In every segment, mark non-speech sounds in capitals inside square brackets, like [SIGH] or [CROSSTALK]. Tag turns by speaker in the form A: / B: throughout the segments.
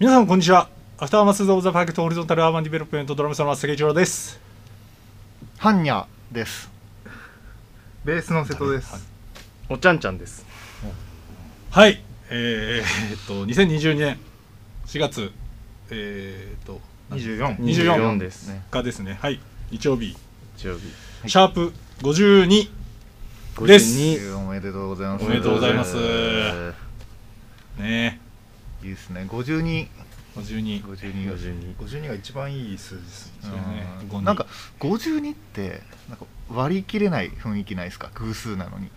A: 皆さんこんにちはアフターマスズ・オブ・ザ・パークトホリゾンタル・アーバン・ディベロップメントドラムソロの杉一郎です
B: ハンニャです。
C: ベースの瀬戸です。
D: おちゃんちゃんです。
A: はいえー、えーっと2022年4月えー、っと
C: 二十四。
A: 24
D: ですね。
A: かですねはい日曜日
D: 日曜日。
B: い
A: シャープ52です
D: 52
B: おめでとうございます。
A: おめでとうございます
B: え
A: ね
B: ーいいですね。五十二、
A: え52
B: 五十二、
D: 52
C: 五十二が一番いい数字ですね。
A: そうね
B: う
A: 52
B: んなんか五十二ってなんか割り切れない雰囲気ないですか？偶数な
A: [LAUGHS]
B: のに。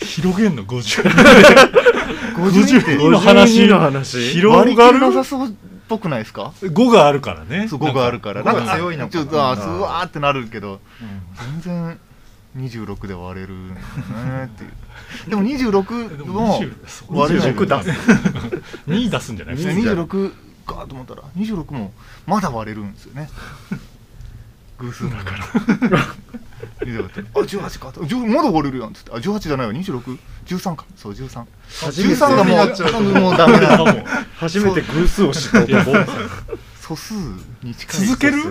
A: 広げんの52
B: 五十二って
A: 52の話
D: 52の話
A: 広
B: 割り
A: が
B: 切れなさ
A: る
B: そうっぽくないですか？
A: 5があるからね
B: そう五があるから、
C: なんか
B: なんか
C: 強いのか
B: ち
C: な
B: ょっとあーすうわーってなるけど、
A: ら、うん
B: 全然二十六で割れるんだねっていう。でも二十六
A: で
B: も
A: 20そう
B: 割れない。
D: 26
A: [LAUGHS]
D: だ。
A: 2出すんじゃない
B: ね26かと思ったら26もまだ割れるんですよね偶数だから26ってあ18かと10まだ割れるやんっつってあ18じゃないわ2613かそう1313
D: 初めて
B: がも
C: になっちゃうと
B: うもうダメだ
A: もう
D: 初めて偶数を知った
A: いや
D: 男。
B: 素数に近い
A: 続け
D: [LAUGHS]
A: る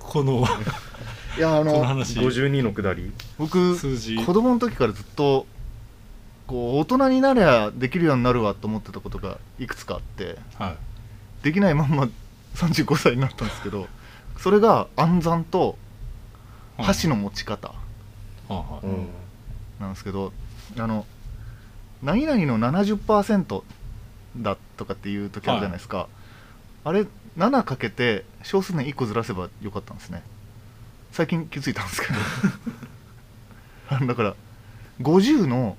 A: この
B: いやあ
A: この
B: の
A: 話
D: 52の下り。
B: 僕
A: 数字
B: 子供の時からずっとこう大人になりゃできるようになるわと思ってたことがいくつかあって
A: はい
B: できないまんま35歳になったんですけどそれが暗算と箸の持ち方
A: はあはあ
D: うん。
B: なんですけど、あの何々の70%だとかっていう時あるじゃないですか、あれ7かけて小数点1個ずらせばよかったんですね最近気づいたんですけどあの [LAUGHS] だから50の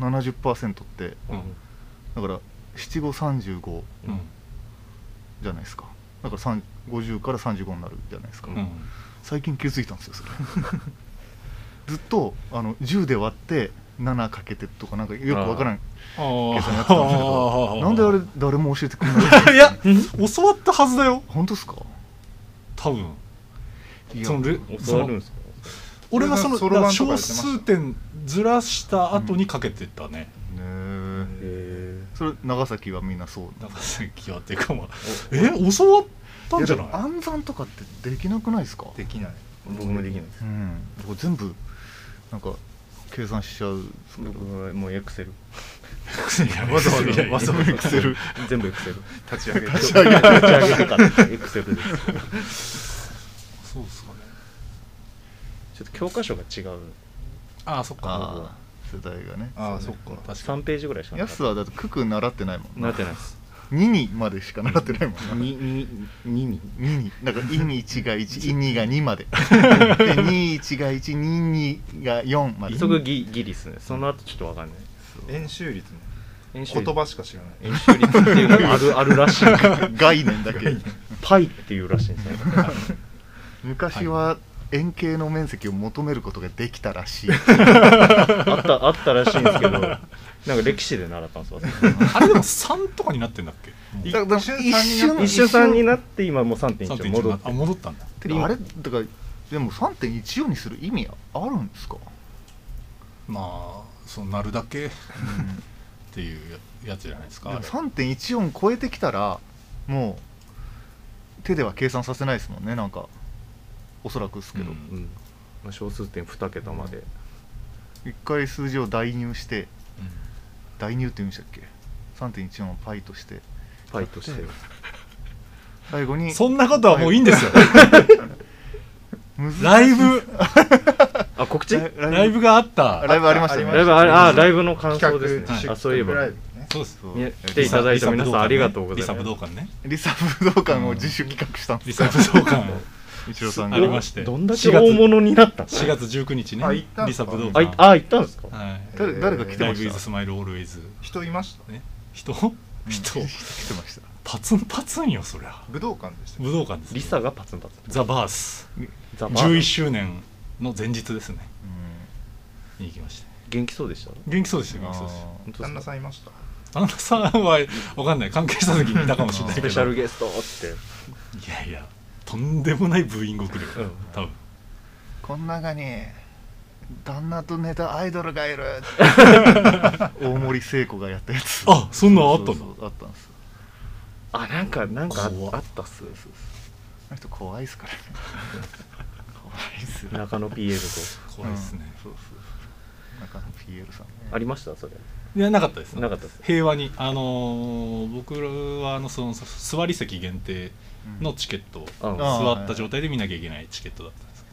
B: 70%って
A: うん
B: だから七五三十五
A: うん
B: じゃないですかだから3 50から35になるじゃないですか、
A: うん
B: 最近気づいたんですよそれ [LAUGHS] ずっとあの10で割って7かけてとかなんかよくわからん
A: あー
B: 計算やってたんですけどなんであれ誰も教えてくれ
A: [LAUGHS]
B: ない
A: いや教わったはずだよ
B: 本当ですか
A: 多分
B: いや
A: そのレ
D: 教
A: そ
D: わるん
A: の
D: ですか
A: 俺がその
C: そろばんとか
A: 小
C: やってました
A: 数点ずらした後にかけてたね
B: ねえ
D: え
B: それ長崎はみんなそう
A: なんかさっきはっていうかまあえ教わったんじゃない
B: やでも暗算とかってできなくないですか
C: できない。
D: ー僕もできないです。
B: うん僕全部なんか計算しちゃうんですけど
D: 僕はもうエクセル。
A: わざわざわざわざ
B: エクセル
D: 全部エクセル。
C: 立ち上げて。
D: 立ち上げ立ち上げてた。エクセルです。
A: そうっすかね
D: ちょっと教科書が違う。
A: ああそっか
B: ああ世代がね
C: ああ、そ
A: そう
C: っ
A: ね
C: か。
A: 確か
D: 3ページぐらいしか
B: や
D: な
B: す
D: かっ
B: はだって九九習ってないも
D: た。
B: ん
D: なってないです。
B: 2にまでしか習ってないもんな
D: にににに
B: 2になんか「い」に1が1「い」2が2まで「で2」1が1「2」2が4まで
D: 急ぐギギリですね。その後ちょっとわかんない。
C: 演習率ね。
D: 演習
C: 言葉しか知らない。
D: 演習率っていうのがあるあるらしい。
B: 概念だけ
D: パイっていうらしいんですよ。
B: 昔は円形の面積を求めることができたらし
A: [LAUGHS]
B: い
D: あったあったらしいんですけど、なんか歴史で習ったんですよ。
A: あれでも3とかになってんだっけ
C: い
B: だから
C: 一瞬
D: 一緒さんに
B: な
D: なって今もう3.1
A: 3.1
D: に戻っ
A: あ戻ったんだ
B: てかあれだからでも3.14にする意味あるんですか
A: まあそうなるだけっていうややつじゃないです
B: で
A: かあ
B: も
A: れ
B: 3.14超えてきたらもう手では計算させないですもんねなんかおそらくですけど、
A: うん
D: うん。まあ小数点2桁まで。
B: 一回数字を代入して
A: うん
B: 代入って言うんでしたっけ3.14をパイとして
D: パイとしてる。
B: 最後に
A: そんなことはもういいんですよ。
B: む
A: [LAUGHS]
B: ず
A: ライブ、
D: あ、告知ライ
B: ラ
A: ライブがあった。
B: ライブありましたね
C: ありまし
D: ブ、あ、あライブの感想です
A: 企
D: ね。
A: 画
D: あ、そういえば。
A: そうです。
B: そう
D: み来ていただいた皆さんありがとうござい
A: リサ武
D: ま
A: 道
D: す。
A: 館ね。
B: リサ武道館を自主企画したんで
A: リ
B: す
A: サ
B: よ
A: 武道館を
B: 一郎さん
A: ありま
B: が
A: して。
D: どんだけ大物になったの
A: 4月19日ね。
C: あ行ったん
A: リ
C: す
A: サ
C: か
A: 武道
D: あ、
A: 館
D: い。あ行ったんですか
A: はい。
B: 誰誰が来て
A: ライ
B: ま
A: ブイ
B: し
A: ズ
B: た
A: スマイルオールウェイズ。
C: 人いました。
A: ね。人
B: うん
A: 人
B: 来てました
A: パツンパツンよ、そりゃ。
C: 武道館でした。
A: 武道館です。
D: リサ。がパツンパツン。
A: ザ・バース。
D: ザバー
A: 11周年の前日ですね。
B: う
A: に行きました。
D: 元気そうでした
A: 元気そうでした、
B: ん
A: 元気そうでした。
D: 本当で
C: 旦那
D: すか
C: さんいました。
A: 旦那さんはわかんない。関係した時にいたかもしれないけ
D: ス
A: ど。
D: ペシャルゲストって。
A: いやいや、とんでもないブーイングをくるよ
D: うん、
A: 多分
B: こん中に旦那と寝たアイドル
A: [LAUGHS]
B: がいる大森聖子がやったやつ
A: あそんなんあったんだ
B: そうそうそうあったんです
D: あなんかなんかあ
A: 怖っ
D: あったっす
B: あの人怖いで
A: [LAUGHS]
B: すからね怖いっす
D: 中野 PL
A: 怖いですね、
B: うんそうそう中野 PL さんね
D: とありましたそれ
A: いやなかったです
D: なかったっす
A: 平和にあのー僕らはあのそのそ座り席限定のチケットを
D: うん
B: あ
A: 座った状態で見なきゃいけないチケットだったんですけ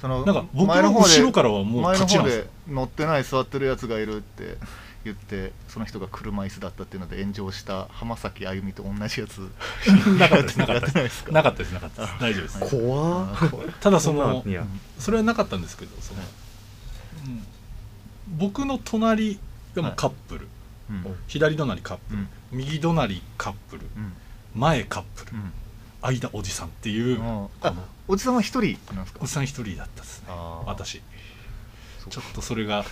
B: その
A: なんか僕の
B: 前方で
A: 後ろからはもう
B: 前の
A: 勝ちなん
B: 方
A: ですよ
B: で乗ってない座ってるやつがいるって言ってその人が車椅子だったっていうので炎上した浜崎あゆみと同じやつ
A: [LAUGHS] なかったですなか
B: や
A: っ
B: ったて
A: で
B: ないです
A: す
B: か
A: なかったですなかったです大丈夫です
D: 怖
B: あー怖い
A: ただその
D: のいや
A: それはなかったんですけどその、
B: はい
A: うん僕の隣がもうカップル、
B: うん
D: うん
A: 左隣カップ
B: う
A: ル、
B: ん
A: 右隣カップル
B: うん
A: 前カップル、
B: うん
A: 間おじさんっていう、
B: うん
A: こ
B: あ
A: の
B: おじさんは一人なんですか
A: おじさん一人だったですね
B: あー
A: 私
B: そう
A: ちょっとそれが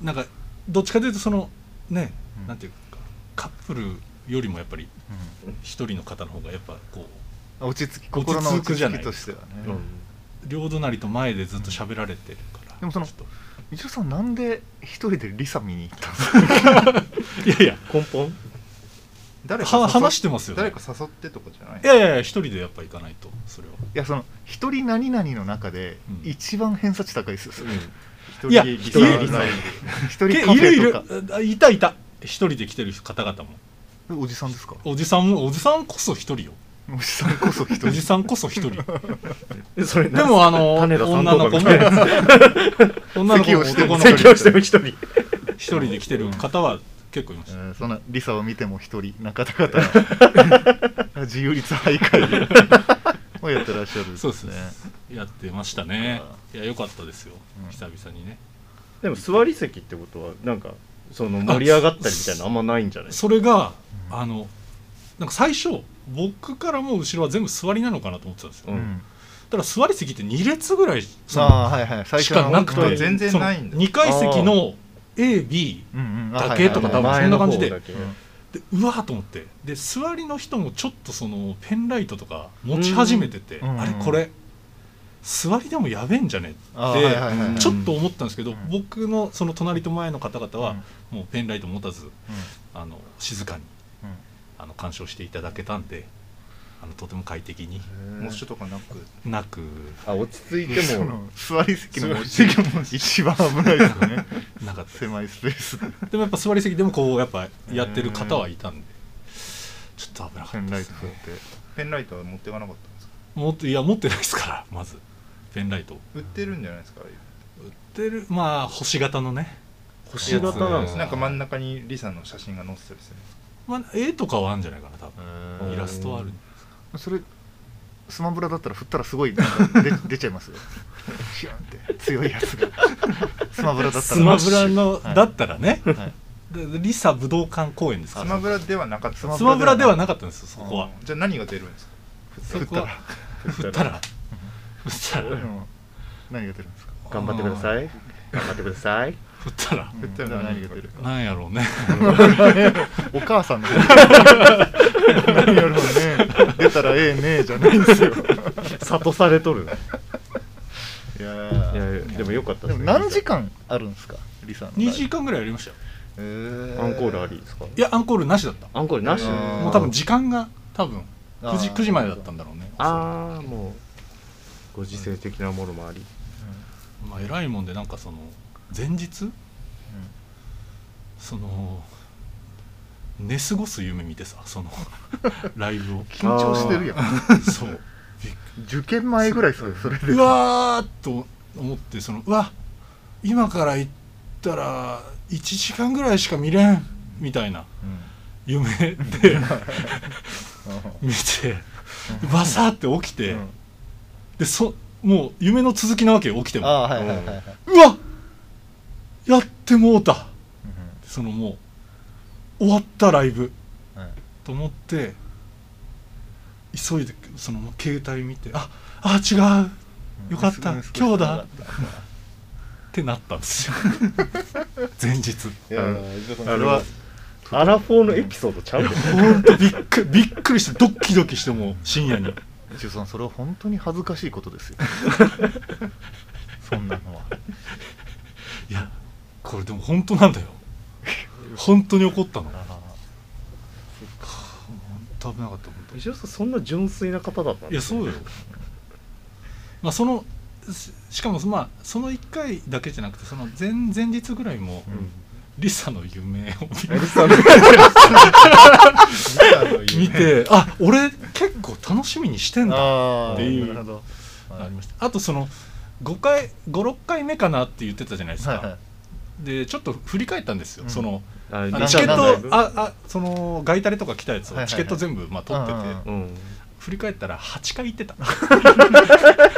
B: うん
A: なんかどっちかというとそのね、
B: うん
A: なんていうかカップルよりもやっぱり
B: う
A: 一人の方の方がやっぱこうん
B: 落ち着き心の
A: 落
B: 落
A: ち着く
B: ち
A: じゃ
B: 着
A: ない
B: きとしてはね、
D: うん
A: 両隣と前でずっと喋られてるから、
B: でもその
A: ちょっ
B: 一郎さんなんで一人でリサ見に行ったんですか
A: といやいや
D: 根本
C: 誰か
A: は
C: 誘っ
A: 話してますよね
C: 誰か誘ってとかじゃない
A: いやいやいや一人でやっぱ行かないとそれはい
B: やその一人何々の中で
A: うん
B: 一番偏差値高いですよ、
C: 一
A: いや
C: 人リサ
A: いる
C: リサ
A: け
B: 一人
A: い
B: カフ
A: るい
B: ェ
A: る
B: とか
A: あいたいた一人で来てる方々も
B: おじさんですか
A: おじさんもおじさんこそ一人よ
B: おじさんこそ一
A: お
B: [LAUGHS]
A: じ
B: 人
A: さんこそ一人
D: えそれ
A: でもあの
D: 種田三
A: 女の
D: 等
A: 子も
D: 間みたいなや
A: [LAUGHS] 女の子
B: 咳
A: も
B: をしてる
A: 男の子
D: つ
A: も
B: 咳
D: 説教しても一人
A: 一人で来てる方は結構いま
B: え
A: した
B: ーそんなリサを見ても一人中田方自由律徘徊をやってらっしゃるん
A: そうですねやってましたねいや良かったですよ
B: うん
A: 久々にね
D: でも座り席ってことはなんかその盛り上がったりみたいなのあんまないんじゃない
A: それが
B: うん
A: あのなんか最初僕からもう後ろは全部座りなのかなと思ってたんですよ
D: う
B: うん
A: だ
D: ん
B: ん
A: から座り席って2列ぐらいその
B: ああはいはい最
A: し
B: 初
A: か
B: の
A: なく
C: 本
A: て
C: 当に全然ないんだ
A: 2階席の AB
B: うんうんあ
A: だ
B: はい
A: け
B: はい
A: とか多分
D: 前
A: そんな
D: の
A: 感
D: 方
A: じで
D: だけ
B: うん
A: でうわーと思ってで座りの人もちょっとそのペンライトとか持ち始めてて
B: うん
A: あれこれ座りでもやべえんじゃね
B: あ
A: っ
B: はいはいは
A: て
B: いはい
A: ちょっと思ったんですけど
B: うん
A: 僕のその隣と前の方々
B: う
A: は
B: ん
A: もうペンライト持たず
B: うん
A: あの静かに
B: うん
A: あの鑑賞していただけたんであのとても快適に
C: モッシュとかなく
A: なく
D: あ落ち着いて
B: そ
D: も
B: の座り席の
C: 座り席の
B: 一番危ないですよね
A: なかったです
B: 狭いスペースで
A: でもやっぱ座り席でもこうやっぱやってる方はいたんでちょっと危な
B: ペ
A: かっ
B: ン
A: た
B: ラ
A: で
B: イト
A: す
B: 振って
C: ペンライトは持っていかなかったんですか
A: 持っていや持ってないですからまずペンライト
C: 売ってるんじゃないですか
A: 売ってるまあ星型のね
D: 星型なんですね
C: なんか真ん中にリサの写真が載ってたりするんですか
A: まあ、絵とかはあるんじゃないかな多分
D: うん
A: イラストはある
B: それスマブラだったら振ったらすごいなんか出 [LAUGHS] 出ちゃいますよヒュンって強いやつがスマブラだったら
A: スマブラの、
B: はい
A: だったらね
B: はい
A: でリサ武道館公演ですか
C: ス
A: ら
C: マブラではなかった
B: スマ
A: スマブラでは
B: な
A: なかったんですよそこは
C: じゃあ何が出るんですか
A: そこは振
D: 振
A: っ
D: ったた
A: ら
D: ら
A: 振った
B: で
A: ら
B: も何が出るんですか
D: 頑張ってくだ
A: い
D: さい頑張ってください
A: [LAUGHS] 振ったら
C: 振ったら
B: 何
C: 何
B: が出
C: が出
B: る
C: る
A: なんやろうね
B: お母さんの何やろうね出たらええねえじゃないんですよ
D: 諭されとる
B: いや
D: いやい
B: ー
D: やでもよかった
B: で
D: で
B: も
D: すね
B: 何時間あるんですかリサの
A: 2時間ぐらいやりましたよ
B: えー
D: アンコールありですか
A: いやアンコールなしだった
D: アンコールなし
B: あー
A: もう多分時間が多分
B: あー
A: 9, 時9時までだったんだろうね
D: ああもうご時世的なものもあり
A: まあ偉いもんでなんかその前日
B: う
A: その寝過ごす夢見てさそ
B: [LAUGHS]
A: のライブを
B: ん緊張してるやん
A: そうびっ
B: 受験前ぐらいそれそれで
A: うわーっと思ってそのうわ今から行ったら1時間ぐらいしか見れんみたいな夢
B: [LAUGHS]
A: で [LAUGHS] 見てバサーって起きて、
B: うん
A: でそもう夢の続きなわけよ起きても
B: ああーはいはいはいはい、
A: うわやってもうたそのもう終わったライブ
B: はい
A: と思って急いでその携帯見てああ違うよかった今日だってなったんですよ
D: [LAUGHS]
A: 前日
B: いやー伊沢さんそ
D: あれ
B: れ
D: は
B: は
D: アラフォーのエピソードちゃうで
A: ほんとびっくりびっくりしてドッキドキしてもう深夜に [LAUGHS]
B: 伊沢さんそれは本当に恥ずかしいことですよそんなのは
A: いやこれでも本当なんだよ本当に怒ったの
B: あ
A: 本当危なかった本当に
D: 藤原さんそんな純粋な方だったん
A: いやそうよまあそのししかもまあその1回だけじゃなくてその前前日ぐらいも、
D: うん
A: リサの夢を見て
D: エリさんの
A: 見てあ俺結構楽しみにしてんだ
B: あ
A: っていう
B: なるほど
A: ありましたあとその5回56回目かなって言ってたじゃないですか、
B: はいはい
A: でちょっと振り返ったんですよ、
B: うん
A: その
D: あ
A: あ
B: な
A: の
B: ん
A: チケッ
B: だなん
A: トああその外タレとか来たやつ
B: はいはいは
A: を
B: い
A: チケット全部まあ取ってて、
B: うんうんうん
D: うん
A: 振り返ったら8回行ってた [LAUGHS]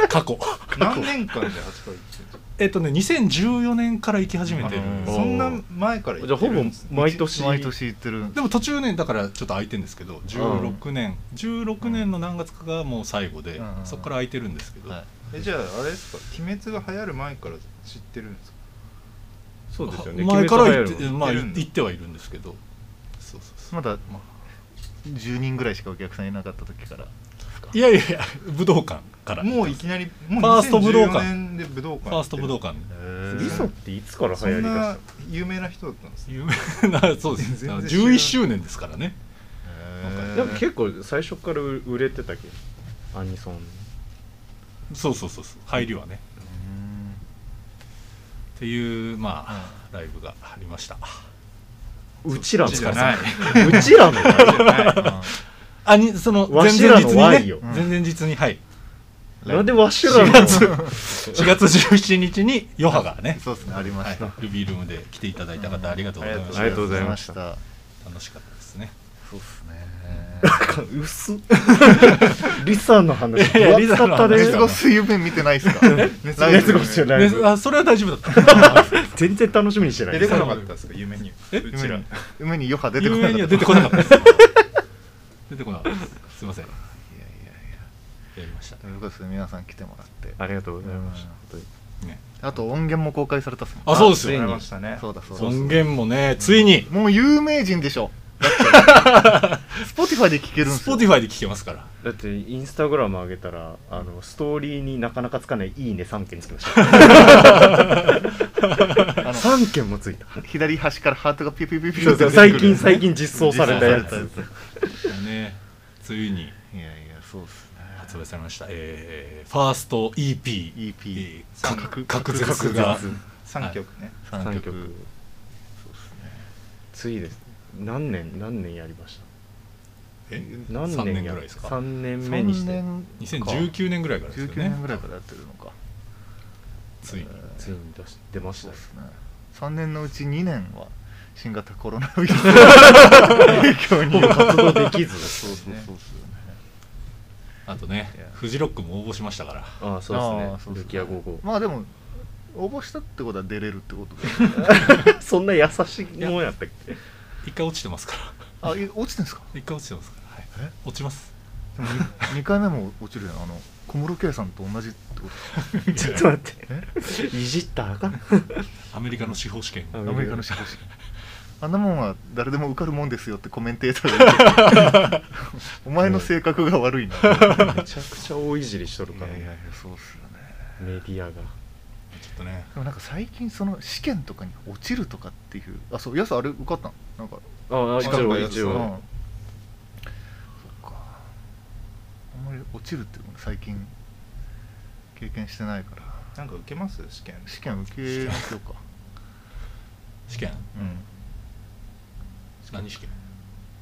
A: 過去
C: 何年間で8回行ってるんですか
A: えっとね2014年から行き始めてる
B: うん
D: おー
C: そんな前から
D: じゃあほぼ毎年
B: 毎年行ってるん
A: でも途中ねだからちょっと空いてんですけど16年16年の何月かがもう最後で
B: うんうんうん
A: そこから空いてるんですけど、
B: はい
C: えじゃああれですか「鬼滅」が流行る前から知ってるんですか
D: そうですよね
A: 前から行
D: 鬼
A: って,、
D: 滅流行るの
A: まあ、
C: いる
A: 行
C: んだ
A: ってはいるんですけどそうそうそう
B: まだ
A: ま
B: 10人ぐらいしかお客さんいなかった時から
A: いやいやいや武道館から
C: もういきなりもう
A: ファースト武道館
C: 2014年で武道
A: フ
C: 館
A: ァースト武道館
D: リサっていつから
C: そ
D: 流行
C: ん
D: りだ
C: な
D: し
C: 有名な人だったんですね
A: 有名な [LAUGHS] そうです
C: 全然知らない
A: 11周年ですからね
D: たでも結構最初から売れてたっけアニソン
A: そうそうそうそう入りはね
B: うん
A: っていうまあ、ライブがありました
D: うちらの
A: う
C: じ
A: ち
C: ゃ
A: ら
C: ない
D: うんうちら
A: [LAUGHS]
D: の
B: あ
A: あにその
D: わ
A: 前
D: し
A: 々
D: ら
A: 日
D: の
A: に
D: ワ
A: ね
D: イよ
A: 前々日にはい
D: なんでわしらの
A: 4月17日に余波がね
B: そうですねありま
A: はい
B: した、
A: ルビールームで来ていただいた方ありがとうございました
D: ありがとうございました
B: ありがとうございま
A: 楽しかったですね
B: そうですね
D: 薄っ [LAUGHS] リサの話
A: いやいやリサの話
D: 分厚かったね
B: 熱越す夢見てな
A: [LAUGHS]
B: いですか熱
D: ライブじゃ
B: ない
D: ない
A: ねあそれは大丈夫だった
D: 全然楽しみにしてな
C: 出
D: い
C: てこなかったんですか夢に
A: え
C: うち
B: 夢
C: ら
B: に夢に余波出てこな
A: 夢
B: か
A: には出
B: った
A: てこ
B: [LAUGHS]
A: なかったです出てこなかったですすいませんや
B: いやいや
A: りました
B: いやよかったですね皆さん来てもらって
D: ありがとうございました本
A: ね
B: あと音源も公開されたっすね
A: あそうです
C: 出
A: よ
C: ましたね
B: そうだそうだ
A: 音源もねついに
B: もう有名人でしょスポティファイで聴けるんですよ
A: Spotify で聴けますから
D: 当にだってインスタグラム上げたらあのストーリーになかなかつかない「いいね」3件つきました
B: あの
D: 3件もついた
B: 左端からハートがピュピュピュピュ
D: そうそう
B: 出て
D: 最
B: くる
D: 近最近実装されたや
B: 実装
D: つ
B: され
A: ねついに
B: たやついやいやそうっすね
A: 発売されました、えー、ファースト EP
B: EP
A: か
C: 格
A: 格絶が
C: 3曲ね
B: 3
D: 3
B: 曲そ
D: 曲
B: うっすね
D: ついです何年何年やりました
A: え
D: 何
A: 3
D: 年
A: 年ぐ
D: や
A: らいです
D: 3
A: か
D: 年目にし
B: 3
D: て
B: 年か
A: 2019年ぐらいからですよ
B: 19
A: ね
B: 年ぐらいからやってるのか
A: ついに
D: ついに出し出まし
B: そ
D: た
B: う
D: よ
B: ですね3年のうち2年は新型コロナウイル
D: [LAUGHS]
B: スの影響に
D: ほぼ活動できず
B: そうそうそうっすよね
A: あとね
B: いや
A: フジロックも応募しましたから
D: ああ
B: あ
D: そ
B: あ
D: うですねルキア55
B: まあでも応募したってことは出れるっ
A: [LAUGHS]
B: てことで
D: [LAUGHS] そんな優しいもんやったっけ
A: 一回落ちてますから
B: あえ落ちてんすか
A: 一回落ちてますから、はい
B: え、
A: 落ちます
B: でもに2回目も落ちるやんあの小室圭さんと同じってことですか
D: ちょっと待 [LAUGHS] っていじったらあかん
A: アメリカの司法試験
D: あ
B: ア [LAUGHS]
D: うん
B: メリカの司法試験あんなもんは誰でも受かるもんですよってコメンテーターが言ってお前の性格が [LAUGHS] 悪いないや
D: めちゃくちゃ大いじりしとるから
B: いや
D: ね
B: そうっすよね
D: メディアが
A: ちょっとね
B: でもなんか最近その試験とかに落ちるとかっていうあそうやすあれ受かったのなんか
D: ああ
C: し
D: 一
C: かも
D: 応
C: やつ
D: 一
B: うん
D: 応
B: そっかあんまり落ちるっていうの最近経験してないから
C: なんか受けます試験
B: 試験受けましょうか
A: 試験
B: うん
A: 何試験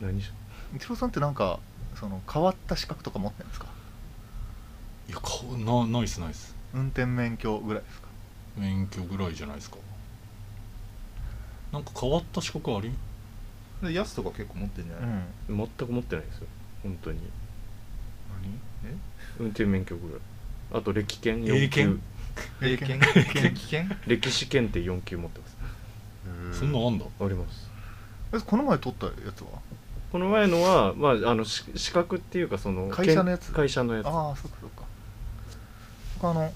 D: 何し
B: イチローさんってなんかその変わった資格とか持ってるんですか
A: いやこなないっすないっす
B: 運転免許ぐらいですか
A: 免許ぐらいじゃないですかなんか変わった資格あり
C: でやすとか結構持ってんじゃ
B: う
C: ない
B: ん
D: 全く持ってないですよ本当に
C: え
D: 運転免許ぐらいあと歴検
A: 英
D: 4級
A: 検
C: 英検
B: 英
C: 英検危険
D: 歴史検定4級持ってます
A: そんなのあんだ
D: あります
B: えこの前取ったやつは
D: この前のは、まあ、あのし資格っていうかその
B: 会社のやつ
D: けん会社のやつ
B: ああそっかそっか僕あの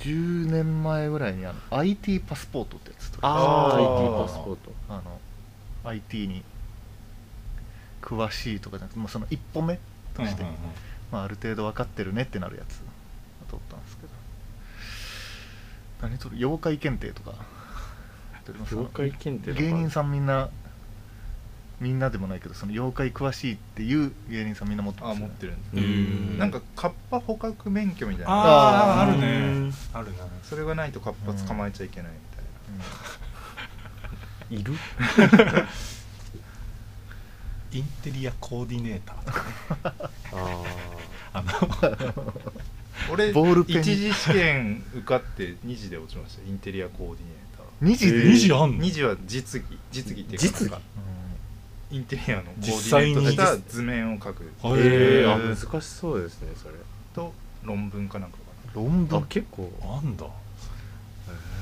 B: 10年前ぐらいにあの IT パスポートってやつ取りました
D: ああ
C: あー
D: IT パスポート
B: あの IT に詳しいとかじゃなくてもうその一歩目として、
A: うんうんうん
B: まあ、ある程度分かってるねってなるやつ取ったんですけど何とる妖怪検定とか取ります
D: 妖怪検定とか
B: 芸人さんみんなみんなでもないけどその妖怪詳しいっていう芸人さんみんな持って
C: あ
B: ます、
C: 持っ
B: ね、
C: てるん
A: う
C: だ、
A: ん
C: なんかカッパ捕獲免許みたいな
A: ああある
B: う
A: ね
B: ん
A: あるな
C: それがないとカッパ捕まえちゃいけないみたいな、
D: いる
A: インテリアコーディネーターと [LAUGHS] かねあ
D: あ
A: の
C: 俺
B: ボールペン
C: 一次試験受かって2次で落ちましたインテリアコーディネーター
B: 2時で、
D: えー
A: 2時あんの
C: 2次は実技実技っていうか
D: 実技
C: なんかインテリアのコーデ
A: 実
C: ィ
A: 際
C: ネ
A: に
C: ートした図面を描く
D: あ
A: へ
D: ええ
A: ー
D: あ難しそうですねそれ
C: と論文かなんかかな
B: 論
D: あ
B: 文
D: 結構
A: あんだ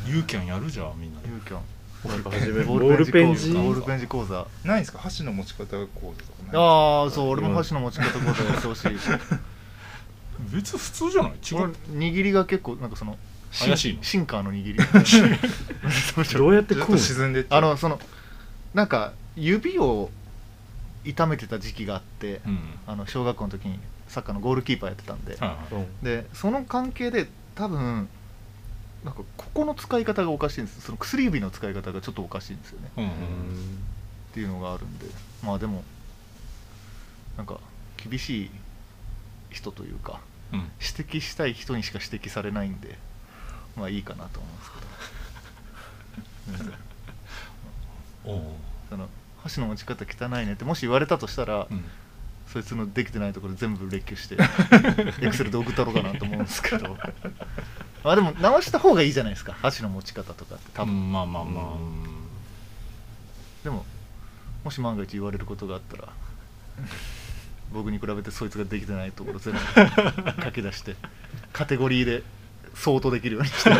A: ユーキャンやるじゃんみんなで
B: ユーキャン
D: なんか初め
B: ボ
D: ボ
B: ー
D: ー
B: ル
D: ル
B: ペ
D: ペ
B: ン
D: ン
B: 字
D: 字
B: ボールペン字講座
C: ないんですか箸の持ち方講座とかない
B: ああそう俺も箸の持ち方講座やって
D: [LAUGHS]
B: ほしい
A: 別に普通じゃない違
B: 俺
A: う
B: 握りが結構なんかそのシン
A: 怪しいの
B: シンカーの
D: [LAUGHS]
B: 握り
D: どうやって
C: ずっ
D: 食うの
C: と沈んでって
B: あのそのなんか指を痛めてた時期があって、
A: うん
B: あの小学校の時にサッカーのゴールキーパーやってたんで、
A: はいはい
B: でその関係で多分なんかここの使い方がおかしいんですその薬指の使い方がちょっとおかしいんですよね
A: うんう
D: うん
B: っ
D: ん
B: ていうのがあるんでまあでもなんか厳しい人というか
A: うん
B: 指摘したい人にしか指摘されないんでまあいいかなと思うんです
A: [LAUGHS]
B: けど
A: おう
B: その箸の持ち方汚いねってもし言われたとしたら、
A: うん
B: そいつのできてないところ全部列挙
A: [LAUGHS]
B: してエクセルで送ったろうかなと思うんですけど [LAUGHS] まあでも直した方がいいじゃないですか箸の持ち方とかって多
A: 多
B: 分、
A: 分まあまあまあ
B: でももし万が一言われることがあったら僕に比べてそいつができてないところ全部 [LAUGHS] 書き出してカテゴリーで相当できるよう
A: [LAUGHS]
B: にして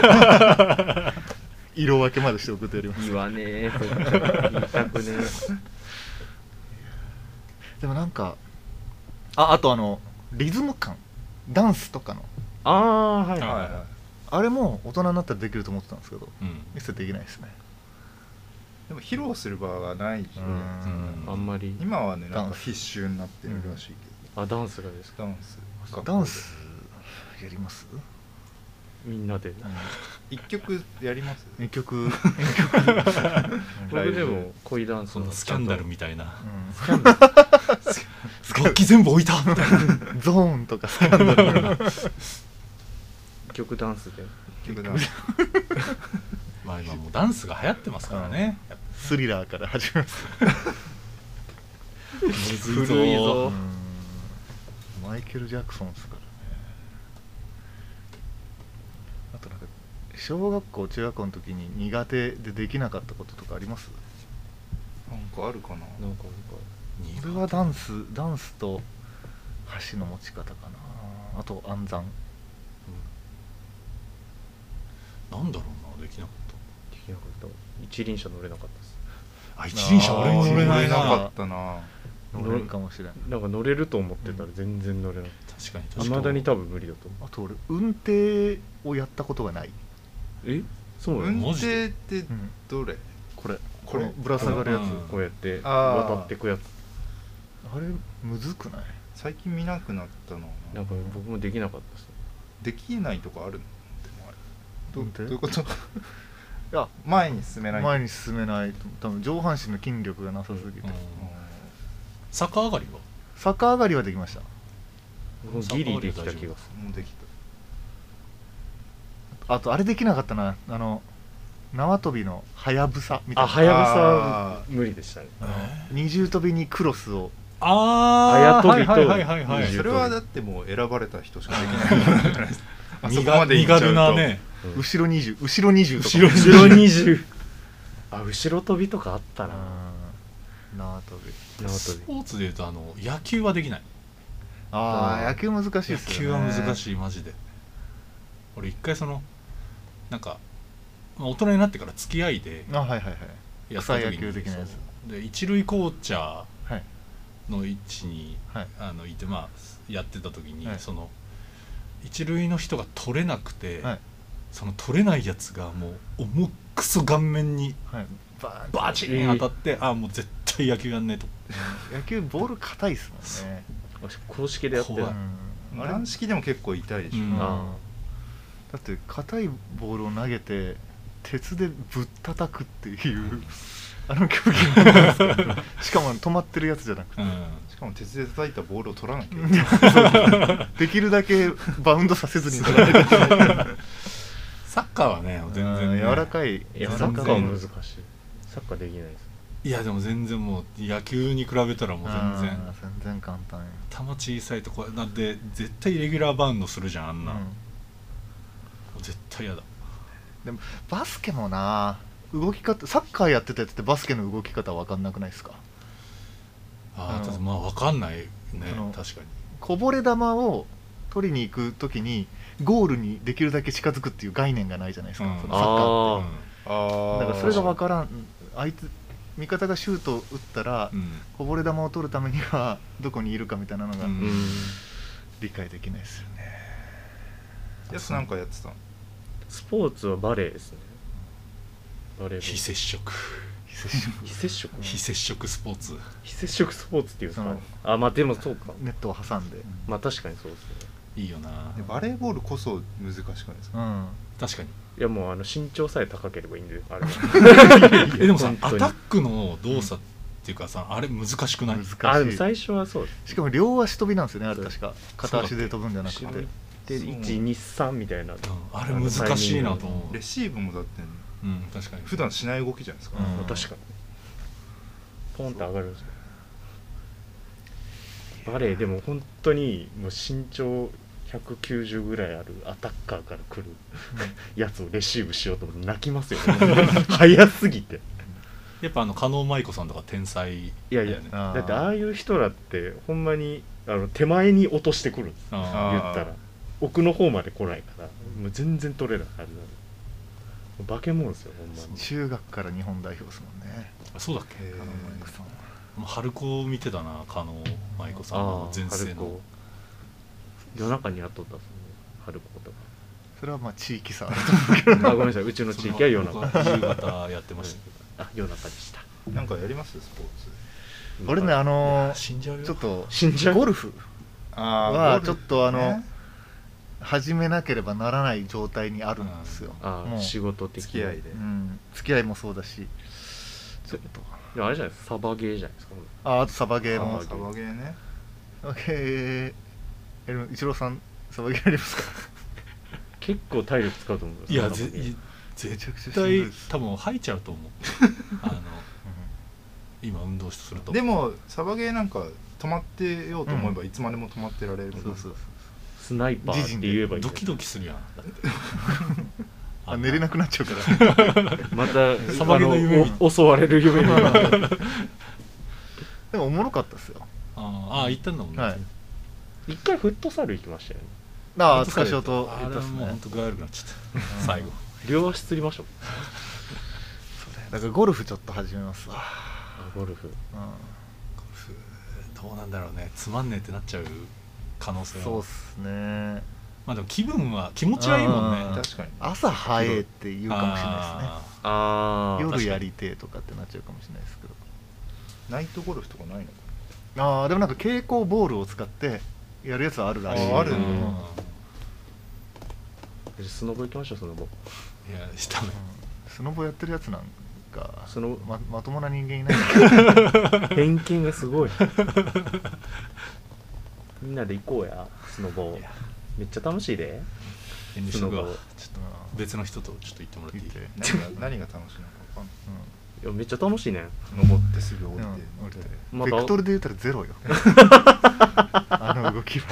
B: 色分けまでして送ってやります
D: 言わねえそっか言いたくね
B: でもなんかああとあのリズム感ダンスとかの
D: ああはい
A: あ
D: は
C: はいは
B: あれも大人になったらできると思ってたんですけど
A: うん
B: 一切できないですね
C: いでも披露する場がないしね
B: うん
D: いあんまり
C: 今はねなん
B: ダン
C: か
B: ス
C: 必修になってるらしいけ
D: あダンスがですか
C: どダンス学校で
B: ダンスやります
D: みんなで
C: 一曲やります
B: 一曲
D: 僕でも恋ダンス
A: そ
D: の
A: のスキャンダルみたいな
B: うん
A: 楽器全部置いたみたいな
B: ゾーンとかスキャンダル
D: 曲ダンスで
C: 一曲ダンス
A: まあ今もうダンスが流行ってますからねやっぱ
B: スリラーから始めます
A: 古いぞ
D: 古いぞ
B: マイケル・ジャクソンですからねあとなんか小学校中学校の時に苦手でできなかったこととかあります
C: なんかあるかな
D: なんかなんか
B: 俺はダンスダンスと箸の持ち方かなあと暗算
A: なんだろうなできなかっ
D: できなかった一輪車乗れなかったです
A: たあ一輪車俺も乗れないな
C: 乗かったな
B: 乗れるかもしれない
D: なんか乗れると思ってたら全然乗れなかっ
A: 確かに確
D: た
A: かに
D: いまだに多分無理だと思う
B: あと俺運転をやったことがない、
D: えそうなの
C: 運
A: マジ
C: 転
A: で
C: ってどれ
B: これ
C: これ
B: のぶら下がるやつ、
A: うん
D: こうやって
C: あー
D: 渡ってくやつ
B: あれむずくない
C: 最近見なくなったの
D: なんか僕もできなかったです
C: できないとかあるのでもあれど
B: 運
C: ど
B: 転
C: ういうこと
B: いや
C: 前に進めない
B: 前に進めないと多分上半身の筋力がなさすぎて、
A: うん
C: うん
A: 逆上がりは
B: 逆上がりはできました
D: 僕もギリできた気がす
C: もうできた
B: あとあれできなかったなあの縄跳びのはやぶさみ
D: る
B: たい
D: あ
B: な
D: はやぶさ無理でしたね
B: あの二重跳びにクロスを
A: あ
D: あやとりと
A: はいはいはいはい
D: 二重
C: そ
A: は
C: れはだってもう選ばれた人しかできないじゃ
B: [LAUGHS]
C: ないですかあ
A: い
C: そこまで
A: 身
C: 行っちゃ
A: 軽
C: うと
A: なね
D: うん
B: 後ろ二重後ろ二重とか
A: 後ろ
D: 後ろ20あ後ろ跳びとかあったな
B: うん縄跳び
D: 縄
A: ス
D: 跳び
A: ポーツでいうとあの野球はできない
B: ああ
D: あ
B: 野球難しいですよ
A: 野
B: ね
A: 球は難
B: い
A: しいマジで俺一回そのなんかまあ大人になってから付き合いで
B: あはいはいはい
A: やった時に
B: 草野球的なやつ
A: そうで一塁コーチャー
B: はい
A: の位置に
B: はい
A: あのいてまあやってた時に、
B: はい
A: その一塁の人が取れなくて、
B: はい
A: その取れないやつがもう重くそ顔面に
B: はいバーン
A: バチン当たって、ああもう絶対野球やんねえと
B: 野球ボール硬いっすもんね
D: 公式でやって
A: 怖
D: る
A: い
B: うん
C: 軟式でも結構痛いでし
A: う
C: ょ、
A: ん
D: あ
B: だって硬いボールを投げて鉄でぶったたくっていう [LAUGHS] あの競技なんですけどしかも止まってるやつじゃな
A: [LAUGHS]
B: くて、
C: しかも鉄で叩いたボールを取らなきゃいけない [LAUGHS]
B: できるだけバウンドさせずに取られて
A: サッカーはね全然ね、
B: 柔らかい
D: いや
B: 柔
D: サ
B: ら
D: ッ
B: か
D: カーは難しいサッカーできないです
A: いやでも全然もう野球に比べたらもう全然
B: あー全然簡単よ
A: 球小さいとこだって絶対イレギュラーバウンドするじゃんあんな、
B: うん
A: 絶対嫌だ
B: でもバスケもな動き方サッカーやってたやつってバスケの動き方分かんなくないですか
A: あ
B: うん
A: あ、ただまあ分かんないね
B: その
A: 確かに
B: こぼれ球を取りに行く時にゴールにできるだけ近づくっていう概念がないじゃないですか、
A: うん
B: そのサッカー
D: あ
C: あ
B: ってだ
C: あ
B: からそれが分からんあいつ味方がシュートを打ったら、
A: うん、
B: こぼれ球を取るためにはどこにいるかみたいなのが
A: うん
B: 理解できないですよね、
C: やつなんかやってたの
D: スポーツはバレーですねバレーボール
A: 非接触
D: 非接触
A: 非接触スポーツ
D: 非接触スポーツっていうんです
B: そ
D: か
B: の
D: あまあでもそうか
B: ネットを挟んで
D: まあ確かにそうですね
A: いいよな
C: でバレーボールこそ難しくないですか
B: うん
A: 確かに
D: いやもうあの身長さえ高ければいいんであれは
A: [LAUGHS] えでもさ
D: 本当
A: ア
D: に
A: タックの動作っていうかさ、あれ難しくない
B: 難し
D: あでも
B: い
D: 最初はそうです
B: しかも両足飛びなんですよねあれ確
A: そ
B: か
A: う
B: 片足で飛ぶんじゃなくて
D: 後ろ
B: う
D: にで
C: そう
D: 123みたいな
A: うんあれ難しいなと思う
C: レシーブもだって
A: うん確かに
C: 普段しない動きじゃないですか、
B: うん
D: まあ確かにポンと上がるんですよバレーでも本当にもう身長190ぐらいあるアタッカーから来るやつをレシーブしようと思って泣きますよ、ね、 [LAUGHS] 早すぎて
A: やっぱあの加納舞子さんとか天才
D: いやい
A: だ
D: や
A: よね
B: あー
D: だってああいう人らってほんまにあの手前に落としてくるんです
A: あ
D: 言
C: あー
D: ったら奥の方まで来ないからもう全然取れないはずなのもう化け物ですよほんま
B: ん
D: に
B: 中学から日本代表ですもんね
A: あそうだっけ
C: へー
B: カノンマイクさんは
A: もう春子を見てたな加納舞子さん
D: あ
A: の
D: あ
A: 前世の
D: 春子夜中にやっとったんですよね春子と
B: それはまあ地域差
D: [LAUGHS] かあごめんなさいうちの地域は夜中
A: その僕は夕方やってましたけど
D: あ夜中でした
C: なんかやりますスポー
B: [LAUGHS]
C: ツ
B: 俺ねあの
A: [LAUGHS]
B: ー
A: 死んじゃうよ
B: ちょっと
D: 死んじゃう
B: ゴルフ
C: あ
B: はちょっとあの始めなければならない状態にあるんですよ
D: あ
B: もう
D: 仕事的
C: 付き合いで
B: うん、付き合いもそうだしちょっと
D: でもあれじゃないですかサバゲーじゃないですか
B: ああとサバゲー
C: サ
B: も
C: バサバゲーね
B: サバゲーえでも一郎さんサバゲーありますか
D: 結構体力使うと思うんです
A: い
D: よ
A: や
D: サ
A: ぜ
D: バゲー
A: い
B: めちゃくちゃ
A: 絶
B: しんどい
A: 対
B: です
A: 多分吐いちゃうと思うあの今運動すると
C: でもサバゲーなんか止まってようと思えばいつまでも止まってられるもんね
B: そうそう
D: スナイパーって言えばいいんじ
A: ド
D: ゃない
A: キドキするやんだって
B: [LAUGHS] あ寝れなくなっちゃうから
D: また
A: サバゲーの夢見
D: あお襲われる夢見る
B: でもおもろかったですよ
A: ああ行ったんだもんね
B: はい
D: 一回フットサル行きましたよね
B: ああ塚翔と
A: あれはもう本当具合悪くなっちゃ
B: [LAUGHS]
A: った最後
D: 両足つりましょう
B: だからゴルフちょっと始めますわ、
D: あゴル
A: ゴ
B: う
D: フ
A: ルフどうなんだろうねつまんねえってなっちゃう可能性
B: ん、
A: は
B: そうっすね
A: まあでも気分は気持ちはいいもんね
B: うん
C: 確かに
B: 朝早えって言うかもしれない
A: あー
D: あ
B: ですね
D: あ
B: 夜やりてえとかってなっちゃうかもしれないですけど
C: ナイトゴルフとかないのか
B: ああでもなんか蛍光ボールを使ってやるやつはあるらしい
C: あある
B: うん
C: だ
B: ん
D: スノボ行きましょうスノボ
A: いやしたね
B: スノボやってるやつなんか
D: スノボ
B: ままともな人間いない
C: [LAUGHS]
D: 偏見がすごい [LAUGHS] みんなで行こうやスノボ
A: いや
D: めっちゃ楽しいで
A: 遠慮しとくわ
D: スノ
A: ちょ
D: ボ
A: っと別の人とちょっと行ってもらっていい
B: いて
C: 何が何が楽しいのか分かんない
D: いやめっちゃ楽しいね
C: 登ってすぐ降
B: うん
C: りて
B: うん俺
D: ま
B: ベ
D: た
B: クトルで言ったらゼロ
C: [LAUGHS]
B: よあの動きは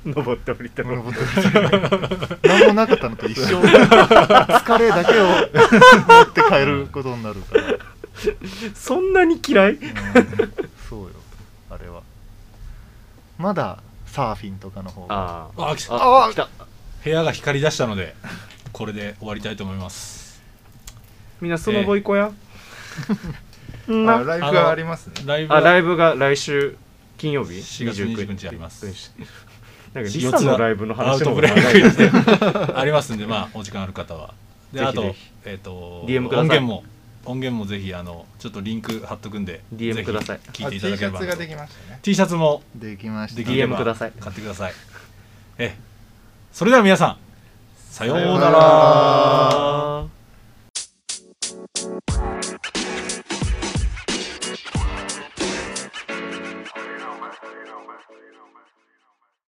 D: [LAUGHS] 登って降りて
B: 登ってる何もなかったのと一緒疲れだけを持って帰ることになるから、
D: そんなに嫌い
B: うんそうよあれはまだサーフィンとかの方が
D: あー
A: あ来た
D: あ
B: あー
D: 来た
A: 部屋が光り出したのでこれで終わりたいと思います
D: みんなスノボ行こうや、んな
C: あライブがありますね
A: ライブ
D: あラ
A: は
D: イブが来週金曜日
A: 4月29日あります
D: なんかリサのライブの話も
A: アウトブレイクでありますんでまあお時間ある方はで
D: ぜひ
A: あと
D: ぜひ
A: えっ、と
D: DM くだ
A: 音
D: さい
A: 源も音源もぜひあのちょっとリンク貼っとくんで
D: DM
A: ぜひ
D: ください
A: 聞いていただければ
C: あ T シャツが
A: な
C: でき
A: と
C: ましたね
A: T シャツも
B: できました
A: で
B: ね
A: きれば
D: DM ください
A: 買ってくださいええそれでは皆さんさよう
D: さ
A: な
D: ような
A: ら
D: ら